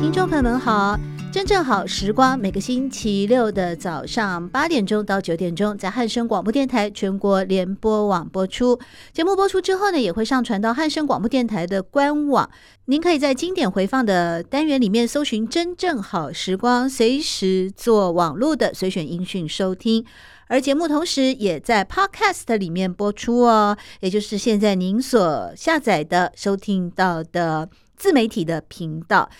听众朋友们好，真正好时光每个星期六的早上八点钟到九点钟，在汉声广播电台全国联播网播出。节目播出之后呢，也会上传到汉声广播电台的官网。您可以在经典回放的单元里面搜寻“真正好时光”，随时做网络的随选音讯收听。而节目同时也在 Podcast 里面播出哦，也就是现在您所下载的、收听到的自媒体的频道。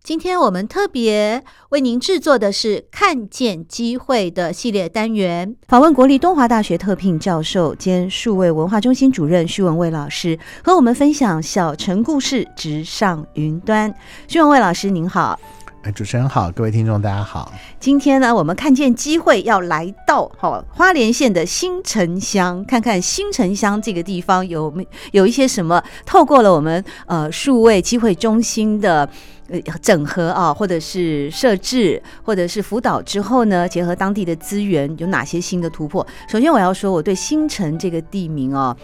今天我们特别为您制作的是“看见机会”的系列单元，访问国立东华大学特聘教授兼数位文化中心主任徐文蔚老师，和我们分享小城故事直上云端。徐文蔚老师您好，哎，主持人好，各位听众大家好。今天呢，我们看见机会要来到好花莲县的新城乡，看看新城乡这个地方有没有一些什么透过了我们呃数位机会中心的。呃，整合啊，或者是设置，或者是辅导之后呢，结合当地的资源，有哪些新的突破？首先，我要说，我对新城这个地名哦，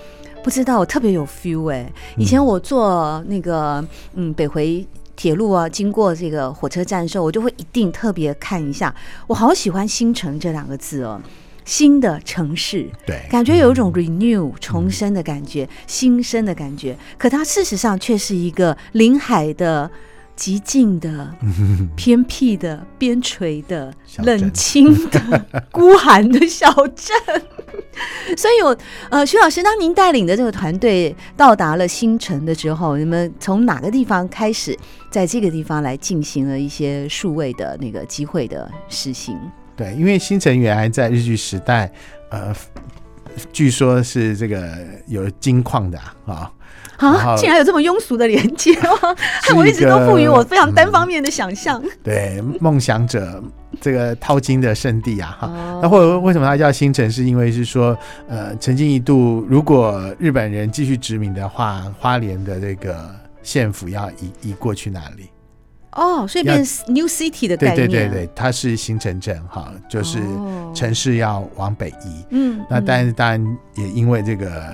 不知道我特别有 feel 哎、以前我坐那个嗯北回铁路啊，经过这个火车站的时候，我就会一定特别看一下。我好喜欢“新城”这两个字哦，新的城市，对，感觉有一种 renew 重生的感觉，新生的感觉。可它事实上却是一个临海的、极静 的、偏僻的、边陲的、小镇冷清 的、孤寒的小镇。所以我，呃，徐老师，当您带领的这个团队到达了新城的时候，你们从哪个地方开始，在这个地方来进行了一些数位的那个机会的实行？对，因为新城原来在日据时代，呃，据说是这个有金矿的啊啊，然啊，后竟然有这么庸俗的连接哦吗？嗯害 我一直都赋予我非常单方面的想象。对，梦想者这个淘金的圣地啊哈。哦，那或者为什么它叫新城？是因为是说，呃，曾经一度如果日本人继续殖民的话，花莲的这个县府要移移过去哪里？哦，所以变 New City 的对概对念。啊对对，它是新城镇哈，就是哦城市要往北移。嗯，那嗯但是当然也因为这个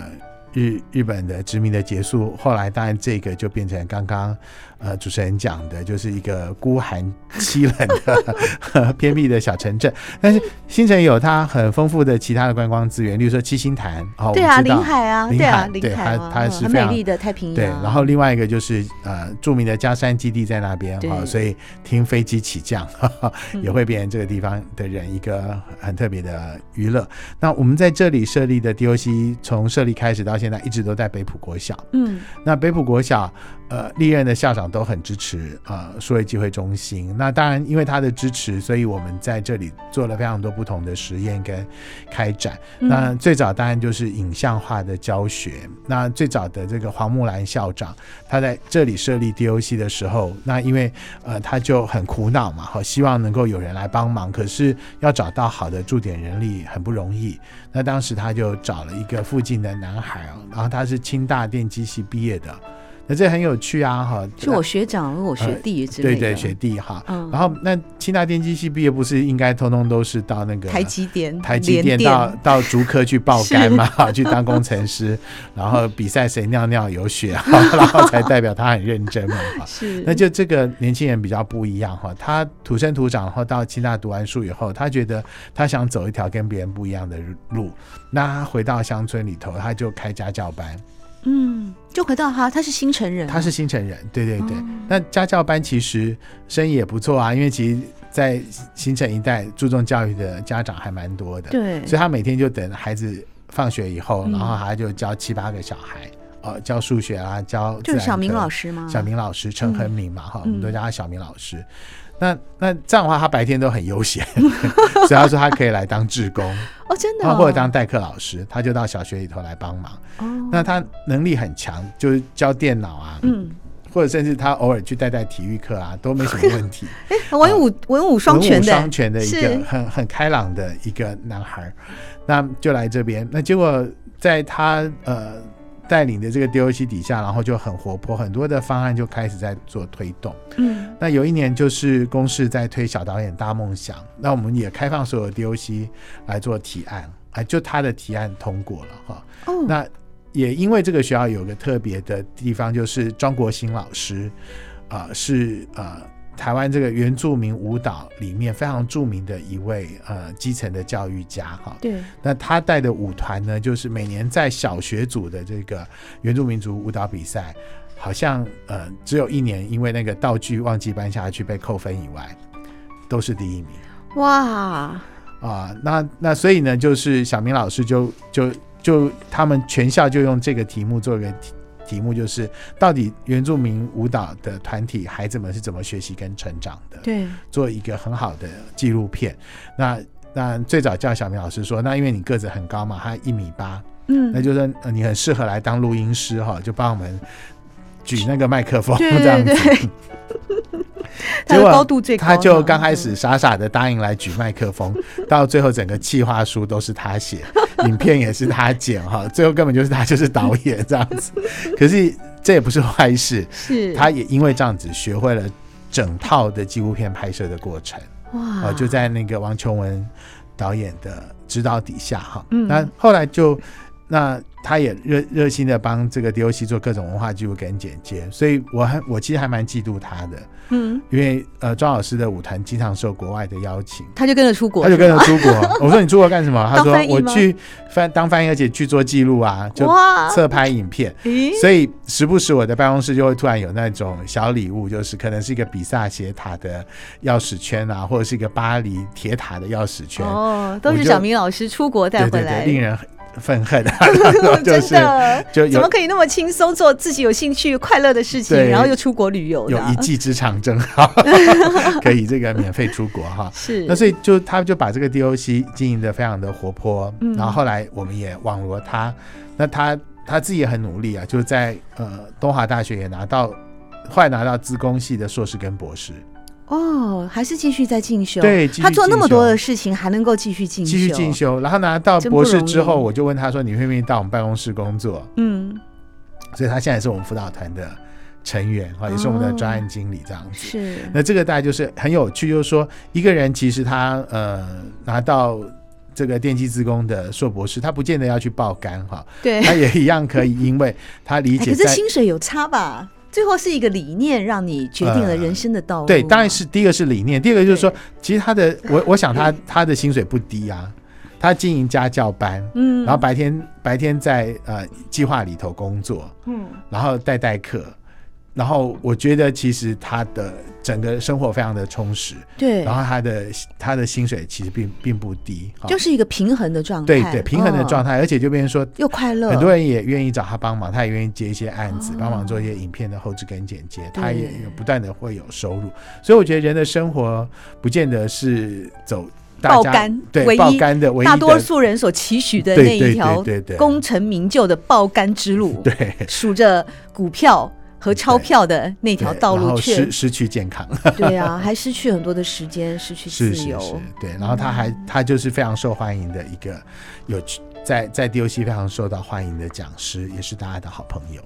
日日本的殖民的结束，后来当然这个就变成刚刚呃主持人讲的，就是一个孤寒凄冷的 呃偏僻的小城镇。但是新城有它很丰富的其他的观光资源，例如说七星潭，哦，对我啊，们知道临海啊，临对啊，海临对海它啊，它嗯是很非美常丽的太平洋。对，然后另外一个就是呃，著名的加山基地在那边对哈、所以听飞机起降 哈哈嗯也会变成这个地方的人一个很特别的娱乐。那我们在这里设立的 DOC，从设立开始到现在一直都在北浦国小。嗯，那北浦国小呃，历任的校长都很支持呃数位机会中心。那当然，因为他的支持，所以我们在这里做了非常多不同的实验跟开展。嗯那最早当然就是影像化的教学。那最早的这个黄木兰校长，他在这里设立 DOC 的时候，那因为呃他就很苦恼嘛，好希望能够有人来帮忙，可是要找到好的驻点人力很不容易。那当时他就找了一个附近的男孩哦，然后他是清大电机系毕业的，那这很有趣啊哈。是我学长，我学弟之类对的。对学弟哈。嗯，然后，那清大电机系毕业不是应该通通都是到那个台积电，台积电联到到竹科去爆肝嘛，去当工程师，然后比赛谁尿尿有血，啊 然后才代表他很认真嘛。哈是，那就这个年轻人比较不一样哈，他土生土长，然后到清大读完书以后，他觉得他想走一条跟别人不一样的路，那他回到乡村里头，他就开家教班，嗯，就回到他，他是新城人，他是新城人，对对对。哦那家教班其实生意也不错啊，因为其实在新城一带注重教育的家长还蛮多的，对，所以他每天就等孩子放学以后，嗯然后他就教七八个小孩，呃，教数学啊，教就是小明老师，师吗？小明老师陈恒明嘛，哈、嗯我们都叫他小明老师。那那这样的话，他白天都很悠闲， 所以他说他可以来当志工，哦，真的、啊哦，或者当代课老师，他就到小学里头来帮忙。哦，那他能力很强，就是教电脑啊，嗯，或者甚至他偶尔去带带体育课啊，都没什么问题。哎，文武文武 双全啊文武的双全的一是个很很开朗的一个男孩儿，那就来这边。那结果在他呃带领的这个 DOC 底下，然后就很活泼，很多的方案就开始在做推动。嗯，那有一年就是公视在推小导演大梦想，那我们也开放所有 DOC 来做提案，啊，就他的提案通过了哈。哦，那也因为这个学校有个特别的地方，就是庄国兴老师，啊、是呃台湾这个原住民舞蹈里面非常著名的一位呃基层的教育家哈。对，那他带的舞团呢，就是每年在小学组的这个原住民族舞蹈比赛，好像呃只有一年因为那个道具忘记搬下去被扣分以外，都是第一名。哇，啊，那那所以呢，就是小明老师就就就他们全校就用这个题目做一个题题目，就是到底原住民舞蹈的团体孩子们是怎么学习跟成长的，对，做一个很好的纪录片。那那最早叫小明老师说，那因为你个子很高嘛，他一米八，嗯那就说呃你很适合来当录音师哈、就帮我们举那个麦克风对 这样对子。对，他 结的果高度最高呢，他就刚开始傻傻的答应来举麦克风，到最后整个企划书都是 他写，影片也是他剪哈，最后根本就是他就是导演这样 子。可是这也不是坏事，是他也因为这样子学会了整套的纪录片拍摄的过程，哇呃，就在那个王琼文导演的指导底下哈。嗯那后来就那他也热热心的帮这个 DOC 做各种文化记录跟简介，所以我还我其实还蛮嫉妒他的。嗯，因为呃，庄老师的舞团经常受国外的邀请，他就跟着出国，他就跟着出国。 我说你出国干什么？他当说翻译我吗去翻当翻译，而且去做记录啊，就哇，侧拍影片。咦，所以时不时我的办公室就会突然有那种小礼物，就是可能是一个比萨斜塔的钥匙圈啊，或者是一个巴黎铁塔的钥匙圈。哦，都我是就小明老师出国带对回对来，对，令人愤 恨啊，然后就真是的。就怎么有可以那么轻松做自己有兴趣、快乐的事情，对然后又出国旅游有的啊？一技之长真好， 可以这个免费出国哈。 是，那所以就他就把这个 DOC 经营的非常的活泼，嗯然后后来我们也网罗他，那他他自己也很努力啊，就是在呃东华大学也拿到，后来拿到资工系的硕士跟博士，哦，还是继续在进修。对，继续他做那么进修多的事情，还能够继续进修，继续进。修，然后拿到真不博士容之后，易我就问他说你愿不愿意到我们办公室工作？嗯，所以他现在是我们辅导团的成员啊，也是我哦们的专案经理这样子。是，那这个大概就是很有趣，就是说一个人其实他呃拿到这个电机职工的硕博士，他不见得要去爆肝哈， 对。他也一样可以，因为他哎理解可是在。薪水有差吧？最后是一个理念让你决定了呃人生的道路、对，当然。是第一个是理念，第二个就是说哦对，其实他的我我 想他他的薪水不低啊，他经营家教班，嗯，然后白天白天在呃计划里头工作，嗯，然后代代课，然后我觉得其实他的整个生活非常的充实，对然，后他的他的薪水其实并并不低，哈就是一个平衡的状态，对对平衡的状态，态，而且就变成说。又快乐，很多人也愿意找他帮忙，他也愿意接一些案子哦，帮忙做一些影片的后置跟剪接，对他也有不断的会有收入。所以我觉得人的生活不见得是走大爆家肝唯对一爆肝的唯一大的多数人所期许的那对一对条对对对功成名就的爆肝之路，对数着股票和钞票的那条对道然路，后却 失失去健康，对啊，还失去很多的时间，失去是自是由，嗯是，对。然后他还他就是非常受欢迎的一个有趣在在 DOC 非常受到欢迎的讲师，也是大家的好朋友。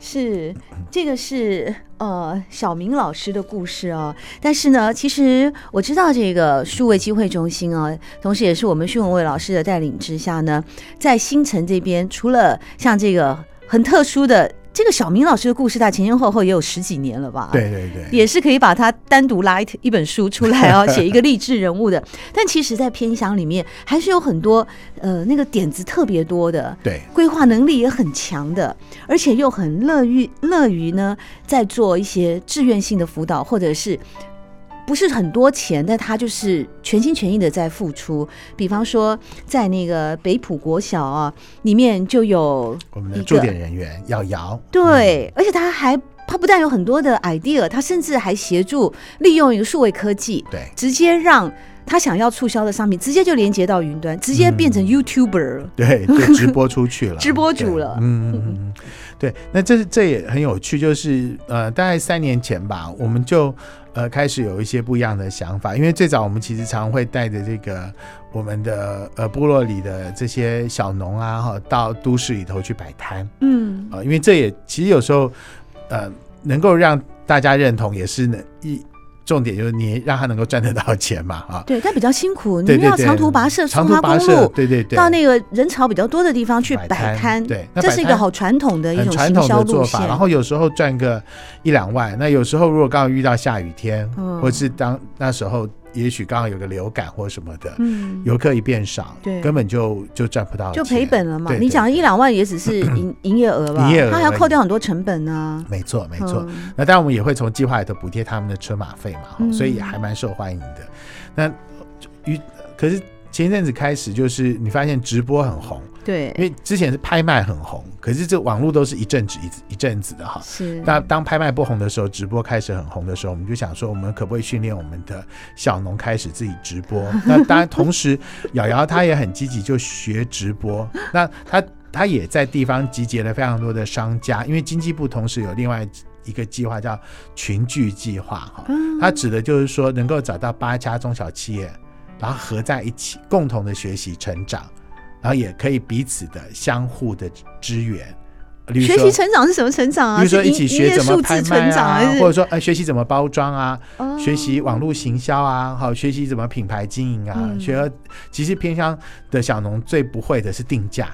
是，这个是呃小明老师的故事啊。但是呢，其实我知道这个数位机会中心啊，同时也是我们徐文蔚老师的带领之下呢，在新城这边，除了像这个很特殊的这个小明老师的故事，他前前后后也有十几年了吧？。对对对，啊也是可以把它单独拉一一本书出来哦，写一个励志人物的。但其实，在偏乡里面，还是有很多呃那个点子特别多的，对，规划能力也很强的，而且又很乐于乐于呢，在做一些志愿性的辅导，或者是不是很多钱，但他就是全心全意的在付出。比方说，在那个北浦国小啊里面就有我一们的个驻点人员耀瑶，嗯对，而且他还他不但有很多的 idea，他甚至还协助利用一个数位科技，嗯对直接让他想要促销的商品直接就连接到云端，直接变成 YouTuber 了。 对，就直播出去了，直播主了对嗯，嗯嗯对，那这这也很有趣，就是呃，大概三年前吧，我们就呃开始有一些不一样的想法，因为最早我们其实常会带着这个我们的呃部落里的这些小农啊，哈，到都市里头去摆摊嗯，啊、呃因为这也其实有时候呃能够让大家认同，也是能一重点就是你让他能够赚得到钱嘛，啊。对，但比较辛苦，你对们对要对长途跋涉，长松途花跋公涉，路对对对，到那个人潮比较多的地方去摆摆摊摊，对那这摆是一个摊好传统的一很种传行统销的路做线法，。然后有时候赚个一两万，那有时候如果刚好遇到下雨天，嗯或是当那时候也许刚好有个流感或什么的，嗯，游客一变少，对根本就就赚不到，就赔。本了嘛。对你对讲一两万也只 是营营业额吧，营业额他还要而已扣掉很多成本呢、没错，没错。嗯那当然我们也会从计划里头补贴他们的车马费嘛，嗯哈所以也还蛮受欢迎的。那于可是前一阵子开始，就是你发现直播很红，因对，为之前是拍卖很红，可是这网络都是一阵子一一阵子的哈。是那当拍卖不红的时候，直播开始很红的时候，我们就想说，我们可不可以训练我们的小农开始自己直播？那当然，同时瑶瑶她也很积极，就学直播。那她她也在地方集结了非常多的商家，因为经济部同时有另外一个计划叫群聚计划哈，嗯它指的就是说能够找到八家中小企业，然后合在一起，共同的学习成长，然后也可以彼此的相互的支援。例如学说习成长是什么成长啊？比如说是一营起营业学怎么数拍字卖成长啊还，是或者说呃学习怎么包装啊，哦学习网络行销啊，好学习怎么品牌经营啊，嗯学其实偏乡的小农最不会的是定价，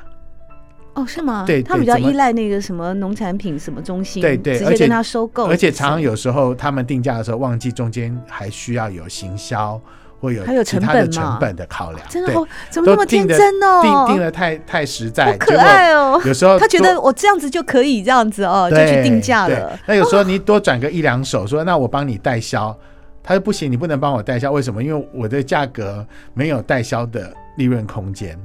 哦是吗？对他们比对较怎么依赖那个什么农产品什么中心，对对直而接且跟他收购，而且常常有有时候他们定价的时候忘记中间还需要有行销或有还有其他的成本嘛哦成本的考量，真的对好，怎么那都么天定得真哦？定定的太太实在，好可爱哦哎结果有时候他觉多得我这样子就可以这样子哦，就对去定价了对。那有时候你多转个一两手，说那我帮你代销，他说不行，你不能帮我代销，为什么？因为我的价格没有代销的利润空间，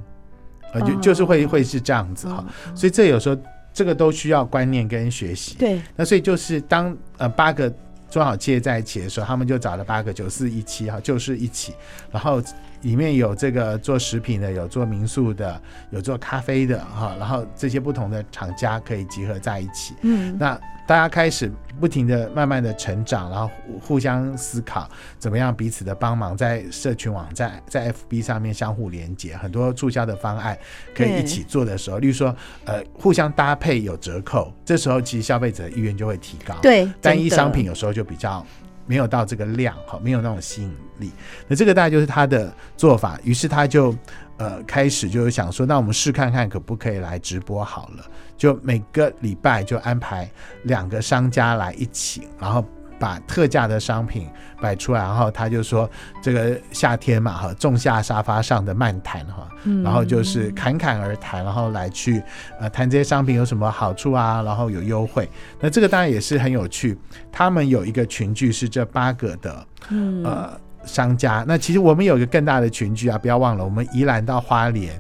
呃，就哦嗯就是会会是这样子哈、所以这有时候这个都需要观念跟学习。对，那所以就是当呃八个中小企业在一起的时候，他们就找了八个九四一七哈，就是一起，然后里面有这个做食品的，有做民宿的，有做咖啡的哈，然后这些不同的厂家可以集合在一起。嗯，那大家开始不停的、慢慢的成长，然后互互相思考怎么样彼此的帮忙，在社群网站、在 FB 上面相互连接，很多促销的方案可以对一起做的时候，例如说，呃，互相搭配有折扣，这时候其实消费者的意愿就会提高。，对，单真一的商品有时候就比较。没有到这个量哈，没有那种吸引力。那这个大概就是他的做法，于是他就呃开始就是想说，那我们试看看可不可以来直播好了。就每个礼拜就安排两个商家来一起，然后把特价的商品摆出来，然后他就说这个夏天嘛哈，仲夏沙发上的漫谈哈，嗯然后就是侃侃而谈，然后来去呃谈这些商品有什么好处啊，然后有优惠。那这个当然也是很有趣，他们有一个群聚是这八个的嗯呃商家，那其实我们有一个更大的群聚啊，不要忘了，我们宜兰到花莲。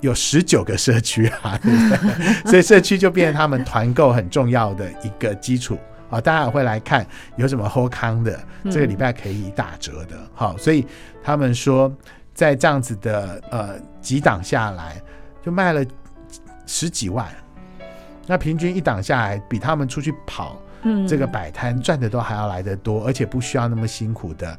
有十九个社区啊，对不对？ 所以社区就变成他们团购很重要的一个基础啊。大家也会来看有什么后康的，这个礼拜可以打折的。好，所以他们说，在这样子的呃几档下来，就卖了十几万。那平均一档下来，比他们出去跑嗯这个摆摊赚的都还要来得多，而且不需要那么辛苦的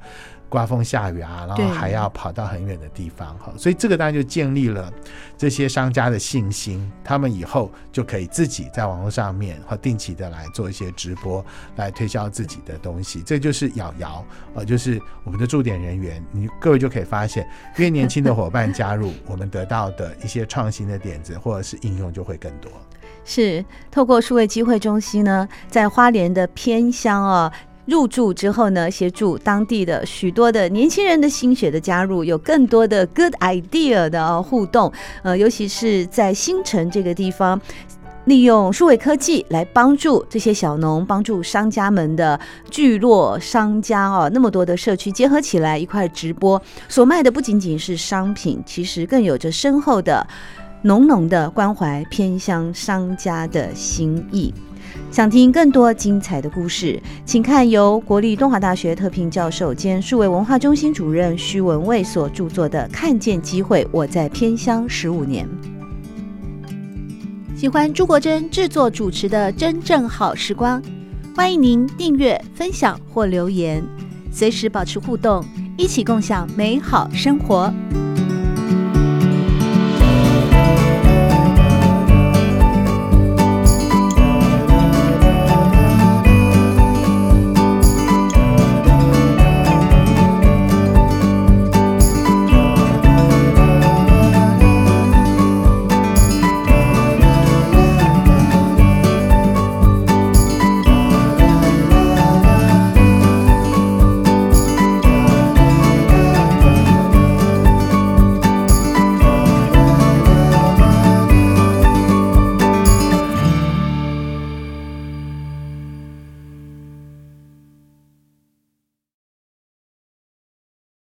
刮风下雨啊，然对后还要跑到很远的地方哈。所以这个当然就建立了这些商家的信心，他们以后就可以自己在网络上面和定期的来做一些直播，来推销自己的东西。这就是瑶瑶，呃，就是我们的驻点人员，你各位就可以发现，越年轻的伙伴加入，我们得到的一些创新的点子或者是应用就会更多。是透过数位机会中心呢，在花莲的偏乡啊、入驻之后呢，协助当地的许多的年轻人的心血的加入，有更多的 good idea 的、啊互动，呃，尤其是在新城这个地方。利用数位科技来帮助这些小农，帮助商家们的聚落商家哦，那么多的社区结合起来一块直播，所卖的不仅仅是商品，其实更有着深厚的浓浓的关怀偏乡商家的心意。想听更多精彩的故事，请看由国立东华大学特聘教授兼数位文化中心主任徐文蔚所著作的《看见机会：我在偏乡十五年》。喜欢朱国珍制作主持的《真正好时光》，欢迎您订阅、分享或留言，随时保持互动，一起共享美好生活。